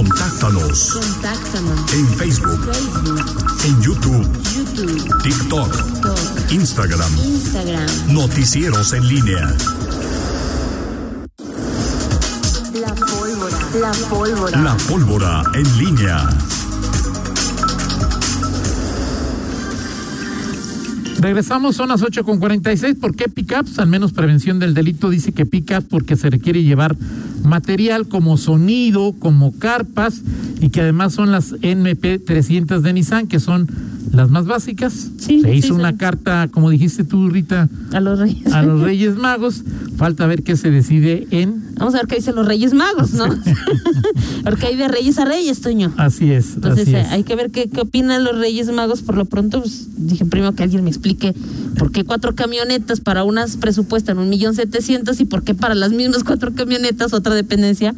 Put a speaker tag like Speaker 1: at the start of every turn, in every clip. Speaker 1: Contáctanos
Speaker 2: Contáctanos.
Speaker 1: en Facebook,
Speaker 2: Facebook,
Speaker 1: en YouTube,
Speaker 2: YouTube,
Speaker 1: TikTok,
Speaker 2: TikTok,
Speaker 1: Instagram,
Speaker 2: Instagram.
Speaker 1: Noticieros en línea.
Speaker 2: La pólvora. La pólvora.
Speaker 1: La pólvora en línea.
Speaker 3: Regresamos, son las 8 con 46. ¿Por qué pickups? Al menos prevención del delito dice que pickups porque se requiere llevar material como sonido, como carpas y que además son las NP300 de Nissan, que son las más básicas.
Speaker 4: Sí,
Speaker 3: se hizo
Speaker 4: sí,
Speaker 3: una
Speaker 4: sí.
Speaker 3: carta, como dijiste tú, Rita,
Speaker 4: A los Reyes.
Speaker 3: a los Reyes Magos. Falta ver qué se decide en.
Speaker 4: Vamos a ver qué dicen los Reyes Magos, ¿no? Porque hay de Reyes a Reyes, Toño.
Speaker 3: Así es.
Speaker 4: Entonces
Speaker 3: Ah, así
Speaker 4: eh,
Speaker 3: es.
Speaker 4: hay que ver qué, qué opinan los Reyes Magos. Por lo pronto, pues, dije primero que alguien me explique por qué cuatro camionetas para unas presupuestan un millón setecientos y por qué para las mismas cuatro camionetas otra dependencia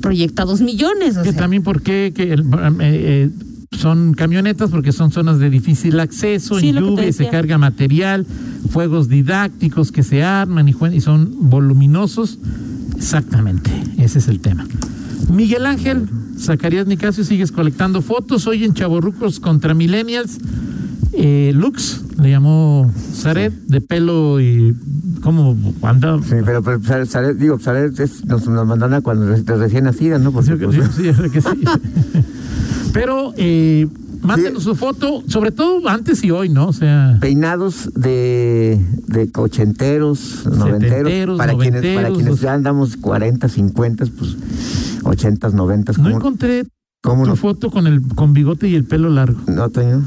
Speaker 4: proyecta dos millones. o
Speaker 3: Que
Speaker 4: sea.
Speaker 3: también porque que el- eh, eh, son camionetas porque son zonas de difícil acceso,
Speaker 4: Sí,
Speaker 3: en
Speaker 4: lo que te
Speaker 3: lluvia y se
Speaker 4: decía.
Speaker 3: carga material, juegos didácticos que se arman y, jue- y son voluminosos. Exactamente, ese es el tema. Miguel Ángel, Zacarías Nicasio, sigues colectando fotos hoy en Chaborrucos contra Millennials. Eh, Lux, le llamó Zaret, de pelo y cómo anda.
Speaker 5: Sí, pero, pero Zaret- Zaret- digo, Zaret es- nos, nos mandan a cuando reci- recién nacida, ¿no? Porque,
Speaker 3: Sí, que-
Speaker 5: pues,
Speaker 3: sí, sí, que sí. Pero eh, mándenos su foto, sobre todo antes y hoy, ¿no? O sea,
Speaker 5: peinados de, de ochenteros,
Speaker 3: Setenteros,
Speaker 5: noventeros, para quienes, para
Speaker 3: noventeros, o
Speaker 5: quienes
Speaker 3: sea-
Speaker 5: ya andamos 40, 50, pues 80, 90,
Speaker 3: no
Speaker 5: ¿cómo,
Speaker 3: encontré
Speaker 5: cómo
Speaker 3: tu
Speaker 5: no?
Speaker 3: foto con el con bigote y el pelo largo.
Speaker 5: ¿No, Toño?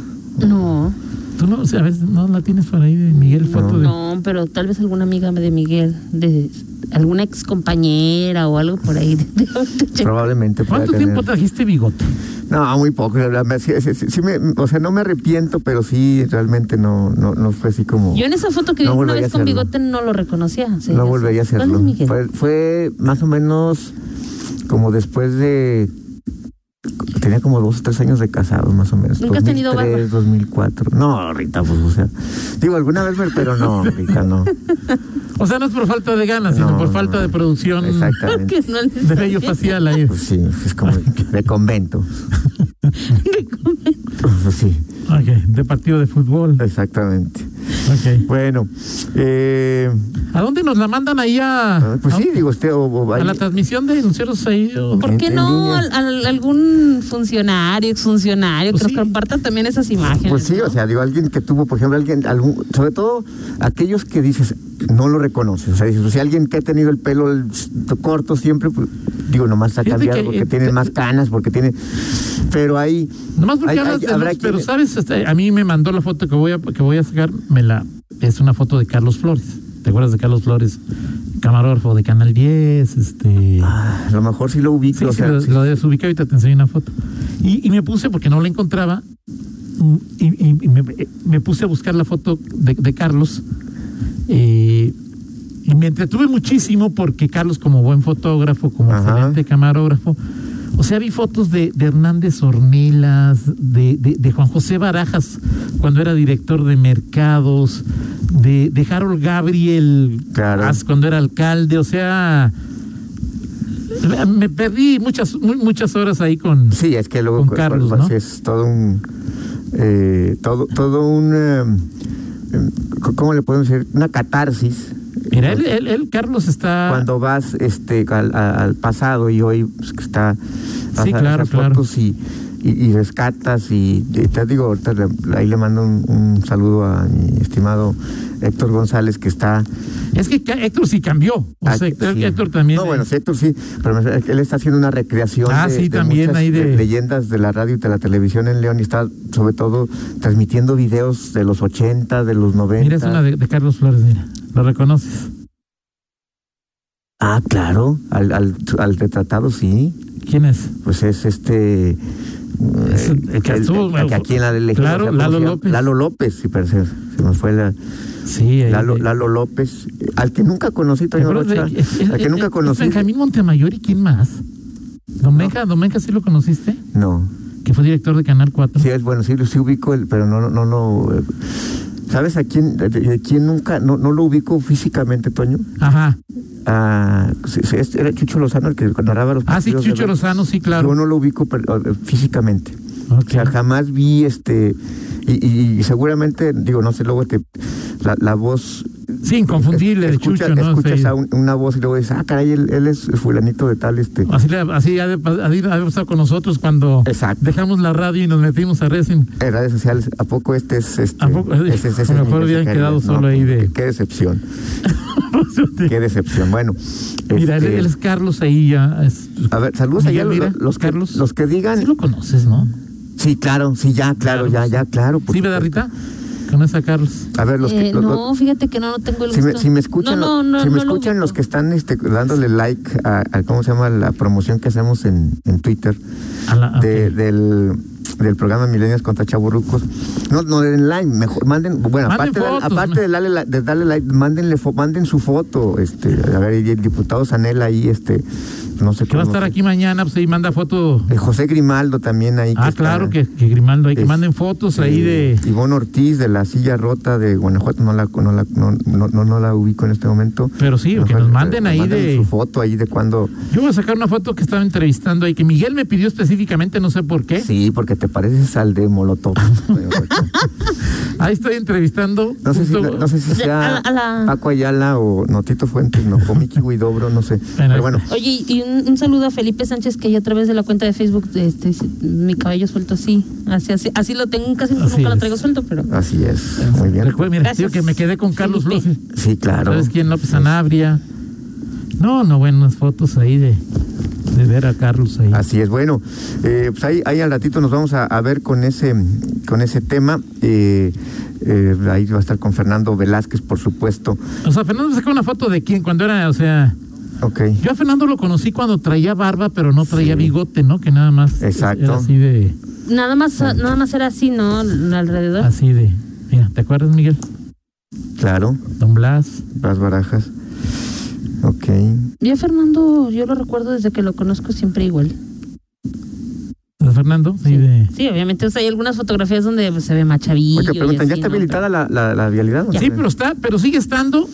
Speaker 4: No,
Speaker 3: Tú no, o sea, a veces no la tienes por ahí de Miguel, foto de.
Speaker 4: no, pero tal vez alguna amiga de Miguel, de alguna ex compañera o algo por ahí.
Speaker 5: Probablemente. pueda
Speaker 3: ¿Cuánto tiempo
Speaker 5: tener-
Speaker 3: trajiste bigote?
Speaker 5: No, muy poco. la verdad, sí, sí, sí, sí me- o sea, no me arrepiento, pero sí, realmente no, no, no fue así como...
Speaker 4: Yo en esa foto que
Speaker 5: No
Speaker 4: vi una
Speaker 5: volvería
Speaker 4: vez
Speaker 5: a
Speaker 4: con
Speaker 5: hacerlo.
Speaker 4: bigote no lo reconocía. o sea,
Speaker 5: no
Speaker 4: ya
Speaker 5: volvería a
Speaker 4: sé. ¿Cuál
Speaker 5: hacerlo.
Speaker 4: es Miguel?
Speaker 5: Fue, fue más o menos como después de. Tenía como dos o tres años de casado, más o menos.
Speaker 4: ¿Nunca has tenido
Speaker 5: 2003, 2004. No, Rita, pues, o sea. Digo, alguna vez, me- pero no, Rita, no.
Speaker 3: O sea, no es por falta de ganas, sino
Speaker 5: No,
Speaker 3: por
Speaker 5: no,
Speaker 3: falta
Speaker 5: no.
Speaker 3: de producción
Speaker 5: Exactamente.
Speaker 4: Que no les-
Speaker 3: de vello facial ahí.
Speaker 5: Pues sí, es como de convento. Pues sí,
Speaker 3: Ok, de partido de fútbol.
Speaker 5: exactamente.
Speaker 3: Ok.
Speaker 5: Bueno, eh,
Speaker 3: ¿A dónde nos la mandan ahí a.?
Speaker 5: pues
Speaker 3: a-
Speaker 5: sí, digo usted, o, o
Speaker 3: Ah, A la
Speaker 5: ahí-
Speaker 3: transmisión de Noticieros ahí. o-
Speaker 4: ¿Por qué
Speaker 5: En- en
Speaker 4: no
Speaker 5: línea.
Speaker 4: al- al- algún funcionario, exfuncionario,
Speaker 3: Pues
Speaker 4: que
Speaker 3: sí.
Speaker 4: nos comparta también esas imágenes?
Speaker 5: Pues sí,
Speaker 4: ¿no?
Speaker 5: o sea, digo, alguien que tuvo, por ejemplo, alguien, algún, sobre todo aquellos que dices, no lo reconoces. O sea, dices, pues, si alguien que ha tenido el pelo el- corto siempre, pues, digo, nomás ha
Speaker 3: Fíjate
Speaker 5: cambiado
Speaker 3: que,
Speaker 5: porque
Speaker 3: eh,
Speaker 5: tiene
Speaker 3: te-
Speaker 5: más canas, porque tiene. Pero ahí.
Speaker 3: Nomás porque
Speaker 5: hay-
Speaker 3: hablas
Speaker 5: hay-
Speaker 3: de
Speaker 5: habrá
Speaker 3: luz, pero
Speaker 5: quienes-
Speaker 3: sabes, Este, a mí me mandó la foto que voy a que voy a sacar, me la es una foto de Carlos Flores. ¿Te acuerdas de Carlos Flores? Camarógrafo de Canal 10, este
Speaker 5: Ah, A lo mejor sí lo ubico.
Speaker 3: Sí,
Speaker 5: o
Speaker 3: sí,
Speaker 5: sea,
Speaker 3: lo,
Speaker 5: sí.
Speaker 3: lo desubiqué, ahorita te enseño una foto. Y, y me puse, porque no la encontraba, mm, y, y- y me, eh, me puse a buscar la foto de, de Carlos. eh, y me entretuve muchísimo porque Carlos, como buen fotógrafo, como
Speaker 5: Ajá.
Speaker 3: excelente camarógrafo, o sea, vi fotos de, de Hernández Ornelas, de, de- de Juan José Barajas, cuando era director de mercados, de, de Harold Gabriel,
Speaker 5: Claro.
Speaker 3: as- cuando era alcalde, o sea, me perdí muchas mu- muchas horas ahí con.
Speaker 5: Sí, es que luego
Speaker 3: Con
Speaker 5: cu- cu-
Speaker 3: Carlos,
Speaker 5: cu-
Speaker 3: ¿no?
Speaker 5: sí, es todo un eh, todo todo un eh, em, ¿cómo le podemos decir? Una catarsis.
Speaker 3: Mira, él, él- él, Carlos está.
Speaker 5: cuando vas este al, a- al pasado y hoy pues, que está vas
Speaker 3: Sí,
Speaker 5: a
Speaker 3: claro,
Speaker 5: esas
Speaker 3: claro.
Speaker 5: fotos y, y, y rescatas y, y te digo ahorita le- ahí le mando un, un saludo a mi estimado Héctor González que está
Speaker 3: Es que Ca- Héctor sí cambió. O sea,
Speaker 5: aquí-
Speaker 3: Héctor,
Speaker 5: Ah, sí.
Speaker 3: Héctor también.
Speaker 5: no
Speaker 3: eh,
Speaker 5: bueno sí, Héctor sí pero me- él está haciendo una recreación
Speaker 3: Ah,
Speaker 5: de,
Speaker 3: sí,
Speaker 5: de
Speaker 3: también
Speaker 5: muchas
Speaker 3: ahí de-
Speaker 5: le- leyendas de la radio y de la televisión en León y está sobre todo transmitiendo videos de los 80 de los 90
Speaker 3: mira, es una de, de Carlos Flores, mira. Lo reconoces.
Speaker 5: ah claro al, al, al retratado sí
Speaker 3: ¿Quién es?
Speaker 5: pues es este eh,
Speaker 3: Es el que estuvo, bueno,
Speaker 5: que aquí en la elección
Speaker 3: claro, Lalo López.
Speaker 5: Lalo López sí pero se, se me fue la,
Speaker 3: Sí, ahí-
Speaker 5: Lalo,
Speaker 3: eh,
Speaker 5: Lalo López eh, al que nunca conocí
Speaker 3: ¿te
Speaker 5: Toño
Speaker 3: acuerdas de-
Speaker 5: Rocha
Speaker 3: eh,
Speaker 5: al
Speaker 3: eh,
Speaker 5: que nunca
Speaker 3: eh,
Speaker 5: conocí
Speaker 3: Benjamín Montemayor y quién más? Don Benja, Don Benja sí lo conociste,
Speaker 5: no
Speaker 3: que fue director de Canal 4.
Speaker 5: sí es bueno sí lo- sí ubico él pero no no no, no, eh, sabes a quién de, de quién nunca no, no lo ubico físicamente Toño
Speaker 3: Ajá.
Speaker 5: a. se- se- este Era Chucho Lozano el que narraba los
Speaker 3: Ah, sí,
Speaker 5: partidos de
Speaker 3: Chucho
Speaker 5: Veracruz.
Speaker 3: Lozano, sí, claro.
Speaker 5: Yo no lo ubico per- eh, físicamente.
Speaker 3: Ok.
Speaker 5: O sea, jamás vi este. Y, y- y seguramente, digo, no sé, luego te, la, la voz.
Speaker 3: Sí, inconfundible de
Speaker 5: escucha-
Speaker 3: Chucho, ¿no?
Speaker 5: Escuchas
Speaker 3: Sí.
Speaker 5: a un- una voz y luego dices, ah, caray, él, él es fulanito de tal, este.
Speaker 3: Así, le- así ha de pas- ha de- ha de pasar con nosotros cuando
Speaker 5: Exacto.
Speaker 3: dejamos la radio y nos metimos a Racing.
Speaker 5: En redes sociales, ¿a poco este es este?
Speaker 3: ¿A poco?
Speaker 5: ese es- ese es
Speaker 3: A lo mejor
Speaker 5: Miguel
Speaker 3: hubieran
Speaker 5: Zacarías,
Speaker 3: quedado solo ahí de-
Speaker 5: Qué, qué decepción, qué decepción. Bueno,
Speaker 3: Mira, él,
Speaker 5: este,
Speaker 3: él es Carlos ahí ya. es-
Speaker 5: a ver, saludos allá
Speaker 3: Miguel,
Speaker 5: los,
Speaker 3: mira,
Speaker 5: los que,
Speaker 3: Carlos.
Speaker 5: los que digan.
Speaker 3: Sí lo conoces, ¿no?
Speaker 5: Sí, claro, sí, ya, claro, ya, ya, claro. por
Speaker 3: Sí, ¿verdad,
Speaker 5: supuesto.
Speaker 3: Rita? Conoces a Carlos.
Speaker 5: A ver, los que.
Speaker 4: Eh,
Speaker 5: los- los-
Speaker 4: no, fíjate que no, no tengo el
Speaker 5: si,
Speaker 4: gusto.
Speaker 5: me, si me escuchan,
Speaker 4: No,
Speaker 5: los-
Speaker 4: no, no,
Speaker 5: si me
Speaker 4: no lo
Speaker 5: escuchan los
Speaker 4: ubico.
Speaker 5: que están este, dándole like a, a, ¿cómo se llama? La promoción que hacemos en, en Twitter
Speaker 3: A la-
Speaker 5: de-
Speaker 3: Ah, ok.
Speaker 5: del, del programa Milenios contra Chaburrucos. No, no den like, mejor manden, bueno,
Speaker 3: Manden
Speaker 5: aparte, de-
Speaker 3: fotos,
Speaker 5: aparte de, darle la- de darle like, mándenle fo- manden su foto, este, a ver, y el diputado Sanel ahí, este, no sé
Speaker 3: Que va a
Speaker 5: cómo
Speaker 3: estar
Speaker 5: se-
Speaker 3: aquí mañana, pues ahí manda foto.
Speaker 5: Eh, José Grimaldo también ahí.
Speaker 3: Ah,
Speaker 5: está.
Speaker 3: claro, que, que Grimaldo, ahí que
Speaker 5: Es-
Speaker 3: manden fotos ahí de.
Speaker 5: Ivonne Ortiz de la silla rota de Guanajuato, no la, no la, no, no, no- no la ubico en este momento.
Speaker 3: Pero sí,
Speaker 5: Mejor eh,
Speaker 3: que nos manden ahí de-
Speaker 5: su foto ahí de cuando.
Speaker 3: Yo voy a sacar una foto que estaba entrevistando ahí, que Miguel me pidió específicamente, no sé por qué.
Speaker 5: Sí, porque te pareces al de Molotov.
Speaker 3: Ahí estoy entrevistando.
Speaker 5: no, sé si,
Speaker 3: justo-
Speaker 5: no, no sé si sea
Speaker 4: A la- a la-
Speaker 5: Paco Ayala o Notito Fuentes, no, o Miki Guidobro, no sé.
Speaker 3: ahí
Speaker 5: Pero bueno,
Speaker 4: Oye, y un, un saludo a Felipe Sánchez que ya a través de la cuenta de Facebook de este, dice, mi cabello suelto así, así, así, así lo tengo, casi
Speaker 3: Así
Speaker 4: nunca lo
Speaker 3: es. Ah.
Speaker 4: traigo suelto, pero
Speaker 5: así es. Muy bien.
Speaker 3: Recuerda, mira,
Speaker 4: Gracias,
Speaker 3: digo que me quedé con Carlos
Speaker 4: Felipe.
Speaker 3: López.
Speaker 5: Sí, claro.
Speaker 3: ¿Sabes quién? López Sanabria. No, no, buenas fotos ahí de, de ver a Carlos ahí.
Speaker 5: Así es, bueno, eh, pues ahí, ahí al ratito nos vamos a, a ver con ese, con ese tema. eh, eh, ahí va a estar con Fernando Velázquez, por supuesto.
Speaker 3: O sea, Fernando me sacó una foto de quién cuando era, o sea,
Speaker 5: Ok.
Speaker 3: yo a Fernando lo conocí cuando traía barba, pero no traía bigote, ¿no? Que nada más
Speaker 5: Exacto.
Speaker 3: era así de
Speaker 4: nada más, nada más era así, ¿no? Alrededor.
Speaker 3: así de. Mira, ¿te acuerdas, Miguel?
Speaker 5: Claro,
Speaker 3: Don Blas.
Speaker 5: las barajas. Ok.
Speaker 4: Yo a Fernando, yo lo recuerdo desde que lo conozco siempre igual.
Speaker 3: ¿De Fernando? Sí, de
Speaker 4: Sí, obviamente, o sea, hay algunas fotografías donde pues, se ve más chavillo
Speaker 5: Porque
Speaker 4: y
Speaker 5: preguntan, ¿ya
Speaker 4: así,
Speaker 5: está
Speaker 4: ¿no?
Speaker 5: habilitada la, la, la vialidad?
Speaker 3: Sí, pero está, pero sigue estando.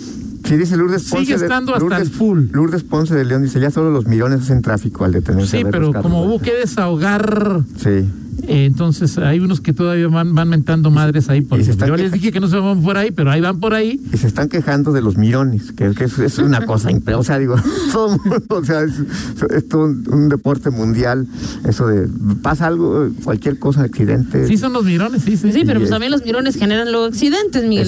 Speaker 5: Sí, dice Lourdes
Speaker 3: sigue
Speaker 5: Ponce. de-
Speaker 3: estando hasta
Speaker 5: Lourdes-
Speaker 3: el full.
Speaker 5: Lourdes Ponce de León dice, ya solo los millones hacen tráfico al detenerse. a
Speaker 3: Sí,
Speaker 5: ver pues.
Speaker 3: pero
Speaker 5: los carros".
Speaker 3: como hubo que desahogar,
Speaker 5: Sí.
Speaker 3: eh, entonces hay unos que todavía van, van mentando madres ahí. Por
Speaker 5: y se
Speaker 3: ejemplo.
Speaker 5: están
Speaker 3: Yo les
Speaker 5: queja-
Speaker 3: dije que no se van por ahí, pero ahí van por ahí.
Speaker 5: Y se están quejando de los mirones, que, que es, es una cosa impre- O sea, digo, todo el mundo, o sea, es, es todo un, un deporte mundial, eso de pasa algo, eh, cualquier cosa, accidente.
Speaker 3: Sí, son los mirones, sí, sí.
Speaker 4: Sí, pero
Speaker 5: Y
Speaker 4: pues
Speaker 5: es-
Speaker 4: también los mirones generan luego accidentes, Miguel.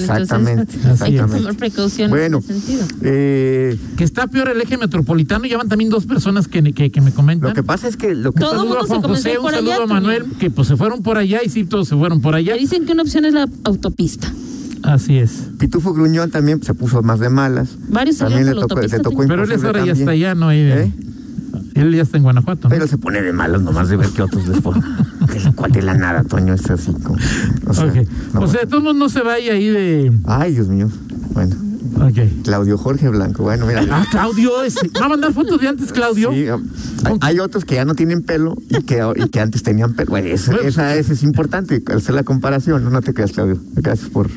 Speaker 5: Exactamente,
Speaker 4: Entonces, hay que
Speaker 3: exactamente.
Speaker 4: tomar precauciones
Speaker 5: bueno,
Speaker 4: en ese sentido.
Speaker 5: eh,
Speaker 3: Que está peor el eje metropolitano. Ya van también dos personas que, que, que me comentan.
Speaker 5: lo que pasa es que lo que
Speaker 3: Un
Speaker 4: Todo
Speaker 3: saludo
Speaker 4: mundo
Speaker 3: a
Speaker 4: se
Speaker 3: Juan
Speaker 4: comenzó
Speaker 3: José, un
Speaker 4: por allá,
Speaker 3: saludo a
Speaker 4: también.
Speaker 3: Manuel, que pues se fueron por allá y sí, todos se fueron por allá.
Speaker 4: Me dicen que una opción es la autopista.
Speaker 3: Así es.
Speaker 5: Pitufo Gruñón también se puso más de malas.
Speaker 4: Varios
Speaker 5: también
Speaker 4: salieron
Speaker 5: le
Speaker 4: de la
Speaker 5: tocó,
Speaker 4: autopista,
Speaker 5: le tocó
Speaker 3: Pero él es
Speaker 5: imposible
Speaker 3: ahora ya
Speaker 5: también.
Speaker 3: está allá, ¿no? Ahí de-
Speaker 5: ¿Eh?
Speaker 3: Él ya está en Guanajuato, ¿no?
Speaker 5: Pero se pone de malas nomás de ver que otros les ponen. De la cual de la nada, Toño, es así como. O sea,
Speaker 3: Ok.
Speaker 5: no,
Speaker 3: o sea, de todos modos no se vaya ahí de.
Speaker 5: Ay, Dios mío. Bueno,
Speaker 3: Ok.
Speaker 5: Claudio Jorge Blanco. Bueno, mira.
Speaker 3: Ah, Claudio, ese. ¿Va a mandar fotos de antes, Claudio?
Speaker 5: Sí, ah, hay, hay otros que ya no tienen pelo y que, y que antes tenían pelo. Bueno, eso-
Speaker 3: Bueno,
Speaker 5: esa, esa es importante, hacer la comparación. No, No te creas, Claudio. Gracias por,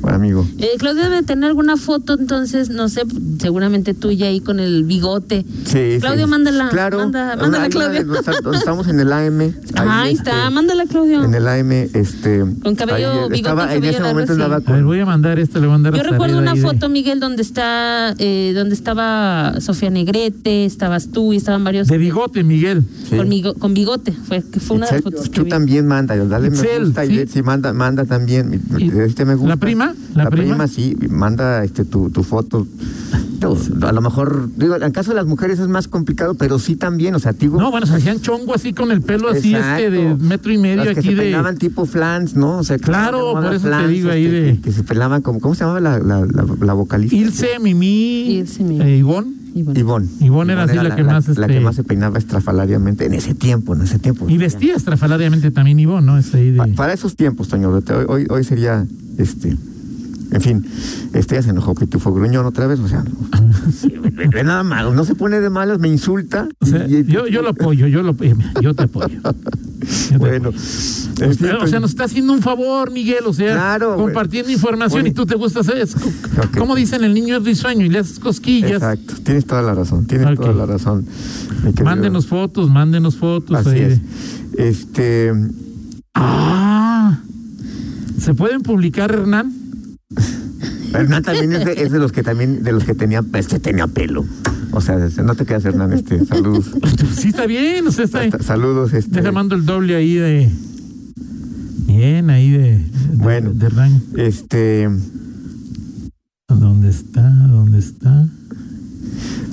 Speaker 5: por amigo.
Speaker 4: Eh, Claudia debe tener alguna foto, entonces, no sé, seguramente tuya ahí con el bigote.
Speaker 5: Sí,
Speaker 4: Claudio,
Speaker 5: sí.
Speaker 4: mándala.
Speaker 5: Claro.
Speaker 4: Manda-
Speaker 5: Una-
Speaker 4: mándala,
Speaker 5: hay una de-
Speaker 4: Claudio.
Speaker 5: donde está- donde estamos en el AM. Ahí,
Speaker 4: Ah, ahí está,
Speaker 5: este,
Speaker 4: mándala, Claudio.
Speaker 5: En el AM, este.
Speaker 4: Con cabello,
Speaker 5: ahí,
Speaker 4: bigote,
Speaker 5: estaba- En
Speaker 4: cabello
Speaker 5: ese
Speaker 4: largo,
Speaker 5: momento
Speaker 4: sí.
Speaker 5: andaba
Speaker 3: A ver,
Speaker 5: con.
Speaker 3: voy a mandar este, le voy a mandar
Speaker 4: Yo
Speaker 3: hasta
Speaker 4: recuerdo
Speaker 3: arriba
Speaker 4: una
Speaker 3: ahí de-
Speaker 4: foto, Miguel, donde está, eh, donde estaba Sofía Negrete, estabas tú y estaban varios
Speaker 3: De bigote, Miguel.
Speaker 5: Sí.
Speaker 4: con, migo- con bigote. Fue, que fue una de las
Speaker 5: Itzel,
Speaker 4: fotos. que
Speaker 5: tú
Speaker 4: vi.
Speaker 5: también manda, dale
Speaker 3: Itzel,
Speaker 5: me gusta
Speaker 3: sí.
Speaker 5: y sí, manda, manda también.
Speaker 3: ¿Y
Speaker 5: Este me gusta.
Speaker 3: la prima? ¿La
Speaker 5: La,
Speaker 3: prima?
Speaker 5: prima? sí, manda este tu, tu foto. Digo, a lo mejor, digo, en caso de las mujeres es más complicado, pero sí también, o sea, tipo.
Speaker 3: No, bueno, se hacían chongo así con el pelo así, este,
Speaker 5: Exacto.
Speaker 3: de metro y medio
Speaker 5: Las que
Speaker 3: aquí
Speaker 5: se
Speaker 3: de.
Speaker 5: peinaban tipo flans, ¿no? O sea, que
Speaker 3: Claro,
Speaker 5: estaban de moda
Speaker 3: por eso te digo ahí
Speaker 5: este,
Speaker 3: de-
Speaker 5: Que, que se pelaban como, ¿cómo se llamaba la, la, la, la vocalista?
Speaker 3: Ilse, Mimi,
Speaker 4: Ilse, Mimi.
Speaker 3: eh, Ivonne.
Speaker 4: Y bueno.
Speaker 5: Ivonne.
Speaker 3: Ivonne era así la que más, este-
Speaker 5: La que más se peinaba estrafalariamente en ese tiempo, en ese tiempo.
Speaker 3: Y vestía estrafalariamente también Ivonne, ¿no? Es ahí de-
Speaker 5: Pa- para esos tiempos, Toño, hoy, hoy, hoy sería este En fin, este ya se enojó Pitufo Gruñón otra vez, o sea,
Speaker 3: Ah.
Speaker 5: no. Sí, ve- ve nada malo, no se pone de malas, me insulta.
Speaker 3: O sea,
Speaker 5: y- y-
Speaker 3: yo, yo lo apoyo, yo, lo, yo te apoyo. Yo te
Speaker 5: bueno,
Speaker 3: apoyo.
Speaker 5: en fin,
Speaker 3: Pero, o
Speaker 5: pues,
Speaker 3: sea, nos está haciendo un favor, Miguel, o sea,
Speaker 5: Claro, güey.
Speaker 3: compartiendo información
Speaker 5: Oye.
Speaker 3: y tú te gusta hacer eso.
Speaker 5: Ok.
Speaker 3: Como dicen, el niño es risueño y le haces cosquillas.
Speaker 5: exacto, tienes toda la razón, tienes
Speaker 3: Ok.
Speaker 5: toda la razón. mi querido.
Speaker 3: Mándenos fotos, mándenos fotos.
Speaker 5: Así
Speaker 3: ahí de-
Speaker 5: es. Este,
Speaker 3: Ah, ¿se pueden publicar, Hernán?
Speaker 5: Hernán también es de, es de los que también, de los que tenía, es que tenía pelo. O sea, es- no te quedas, Hernán, este, saludos.
Speaker 3: Sí, está bien, o sea, está,
Speaker 5: Hasta- Saludos, este.
Speaker 3: está llamando el doble ahí de. Bien, ahí de. de-
Speaker 5: Bueno.
Speaker 3: de Hernán.
Speaker 5: Este,
Speaker 3: ¿Dónde está? ¿Dónde está?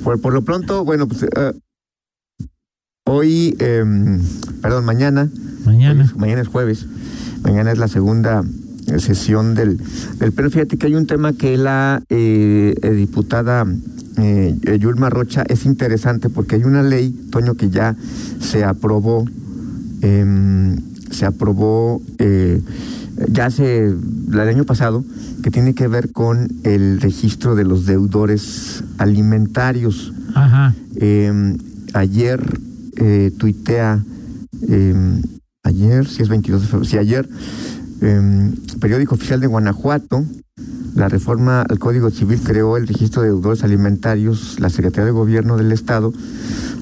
Speaker 5: por, por lo pronto, bueno, pues eh, hoy, em, perdón, mañana,
Speaker 3: Mañana.
Speaker 5: Hoy es- mañana es jueves. Mañana es la segunda eh, sesión del, del pleno. Fíjate que hay un tema que la eh, eh, diputada eh, eh, Yulma Rocha es interesante porque hay una ley, Toño, que ya se aprobó, em, se aprobó eh, ya hace el año pasado, que tiene que ver con el registro de los deudores alimentarios.
Speaker 3: Ajá.
Speaker 5: Eh, ayer eh, tuitea, eh, ayer, si es 22 de febrero, si ayer, eh, periódico oficial de Guanajuato, la reforma al Código Civil creó el registro de deudores alimentarios, la Secretaría de Gobierno del Estado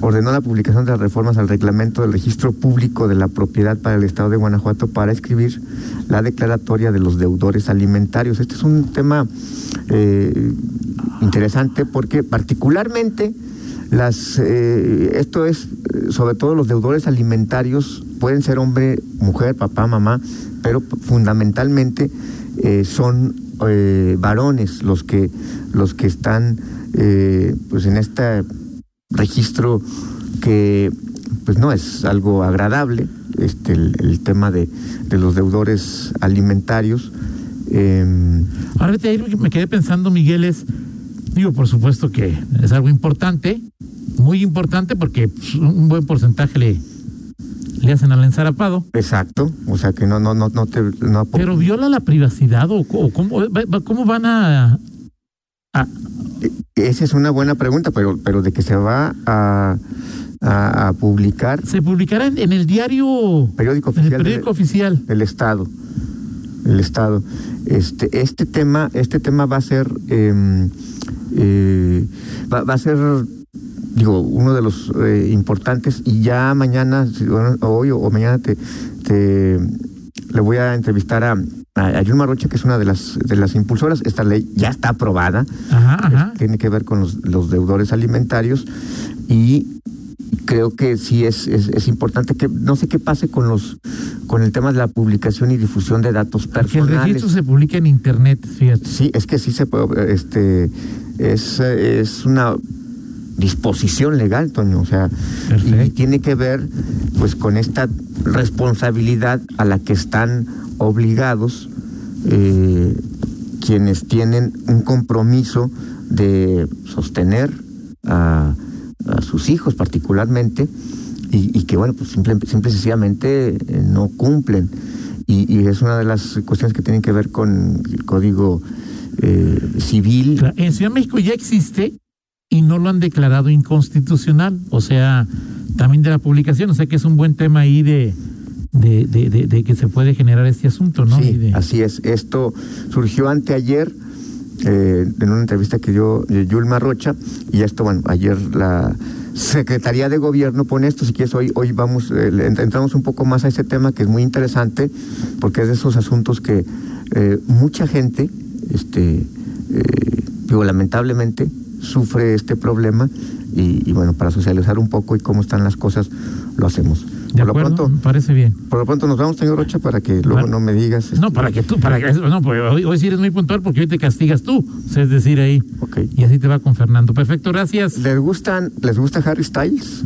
Speaker 5: ordenó la publicación de las reformas al reglamento del registro público de la propiedad para el Estado de Guanajuato para escribir la declaratoria de los deudores alimentarios. Este es un tema eh, interesante porque particularmente las eh, esto es eh, sobre todo los deudores alimentarios pueden ser hombre, mujer, papá, mamá, pero fundamentalmente eh, son eh, varones los que los que están eh, pues en este registro que pues no es algo agradable este el, el tema de, de los deudores alimentarios Em,
Speaker 3: Ahora vete, ahí lo que me quedé pensando, Miguel, es, digo, por supuesto que es algo importante, muy importante, porque pues, un buen porcentaje le, le hacen al ensarapado.
Speaker 5: exacto o sea que no no no no te no apo-
Speaker 3: Pero viola la privacidad o, o cómo, va- va- cómo van a... a-
Speaker 5: Esa es una buena pregunta, pero, pero de que se va a, a- a publicar
Speaker 3: se publicará en, en el diario,
Speaker 5: periódico
Speaker 3: en el
Speaker 5: oficial
Speaker 3: periódico
Speaker 5: del,
Speaker 3: oficial.
Speaker 5: del Estado. El Estado. Este, este tema, este tema va a ser em, eh, va, va a ser digo uno de los eh, importantes y ya mañana, si- bueno, hoy o, o mañana te, te- le voy a entrevistar a, a, a Yulma Rocha, que es una de las de las impulsoras. Esta ley ya está aprobada
Speaker 3: Ajá, ajá.
Speaker 5: tiene que ver con los, los deudores alimentarios y creo que sí es, es, es importante que no sé qué pase con los con el tema de la publicación y difusión de datos
Speaker 3: Porque el
Speaker 5: personales.
Speaker 3: registro se publica en internet, fíjate.
Speaker 5: Sí, es que sí se puede, este es, eh, es una disposición legal, Toño, o sea,
Speaker 3: Perfecto.
Speaker 5: y tiene que ver pues con esta responsabilidad a la que están obligados eh, quienes tienen un compromiso de sostener a, a sus hijos particularmente y, y que bueno pues simple, simple y sencillamente eh, no cumplen y, y es una de las cuestiones que tienen que ver con el código eh, civil
Speaker 3: Cla- En Ciudad de México ya existe y no lo han declarado inconstitucional, o sea, también de la publicación, o sea que es un buen tema ahí de, de, de, de- de que se puede generar este asunto, ¿no? Y
Speaker 5: Sí,
Speaker 3: de-
Speaker 5: así es. Esto surgió anteayer eh, en una entrevista que dio eh, Yulma Rocha y esto, bueno, ayer la Secretaría de Gobierno pone esto, si quieres hoy, hoy vamos, eh, le- entramos un poco más a ese tema que es muy interesante porque es de esos asuntos que eh, mucha gente, este, eh, digo, lamentablemente, sufre este problema y, y bueno, para socializar un poco y cómo están las cosas, lo hacemos.
Speaker 3: de
Speaker 5: Por lo
Speaker 3: acuerdo,
Speaker 5: pronto,
Speaker 3: me parece bien.
Speaker 5: por lo pronto nos vamos, señor Rocha, para que luego
Speaker 3: Vale.
Speaker 5: no me digas. este,
Speaker 3: No, para que tú, para que, no, porque hoy, hoy sí eres muy puntual porque hoy te castigas tú, o sea, es decir, ahí.
Speaker 5: Ok.
Speaker 3: Y así te va con Fernando. Perfecto, gracias.
Speaker 5: ¿Les gustan, les gusta Harry Styles?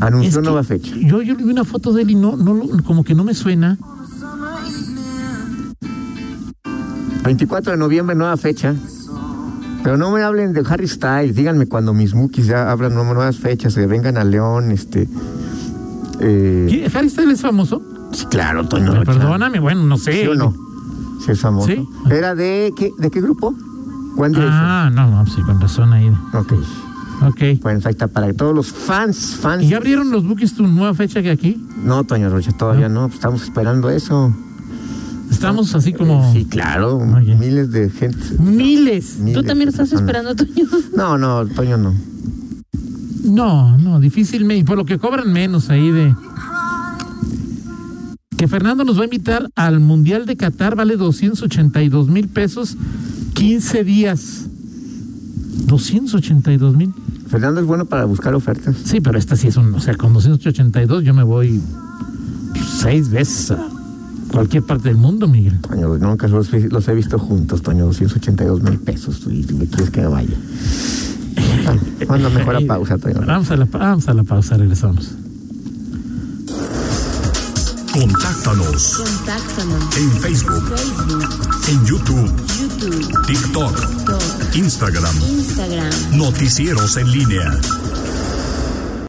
Speaker 5: Anunció
Speaker 3: Es que
Speaker 5: nueva fecha.
Speaker 3: Yo, yo vi una foto de él y no, no, lo- como que no me suena.
Speaker 5: 24 de noviembre, nueva fecha. Pero no me hablen de Harry Styles, díganme cuando mis Mookies ya hablan nu- nuevas fechas, que vengan a León, este. eh,
Speaker 3: ¿Quién- ¿Harry Styles es famoso?
Speaker 5: sí, claro, Toño.
Speaker 3: Me
Speaker 5: Rocha.
Speaker 3: Perdóname, bueno, no sé.
Speaker 5: ¿Sí o no? Sí, es famoso.
Speaker 3: ¿Sí?
Speaker 5: ¿Era de qué, de qué grupo? Juan Direction.
Speaker 3: Ah, no, no, sí, con razón ahí.
Speaker 5: Ok.
Speaker 3: Ok.
Speaker 5: Bueno, ahí está para todos los fans, fans.
Speaker 3: ¿Y ya abrieron los buques tu nueva fecha que aquí?
Speaker 5: No, Toño Rocha, todavía no. pues Estamos esperando eso.
Speaker 3: Estamos así como
Speaker 5: Eh, Sí, claro.
Speaker 3: Oye.
Speaker 5: Miles de gente.
Speaker 3: miles.
Speaker 5: miles
Speaker 4: ¿Tú
Speaker 5: de
Speaker 4: también estás
Speaker 5: personas.
Speaker 4: esperando, Toño?
Speaker 5: No, no, Toño no.
Speaker 3: No, no, difícilmente. y Por lo que cobran menos ahí de. Que Fernando nos va a invitar al Mundial de Qatar, vale 282 mil pesos, 15 días. 282 mil.
Speaker 5: Fernando es bueno para buscar ofertas.
Speaker 3: Sí, pero esta sí es un. O sea, con 282 yo me voy seis veces a cualquier parte del mundo, Miguel.
Speaker 5: Toño, nunca los, vi- los he visto juntos, Toño, 282 mil pesos. Y me quieres que me vaya. Ah, Manda mejor a
Speaker 3: Ahí-
Speaker 5: pausa, Toño. Rocha.
Speaker 3: Vamos a la, pa- vamos a la pausa, regresamos.
Speaker 1: Contáctanos
Speaker 2: Contáctanos.
Speaker 1: en Facebook,
Speaker 2: Facebook,
Speaker 1: en YouTube,
Speaker 2: YouTube,
Speaker 1: TikTok,
Speaker 2: Talk,
Speaker 1: Instagram.
Speaker 2: Instagram.
Speaker 1: Noticieros en línea.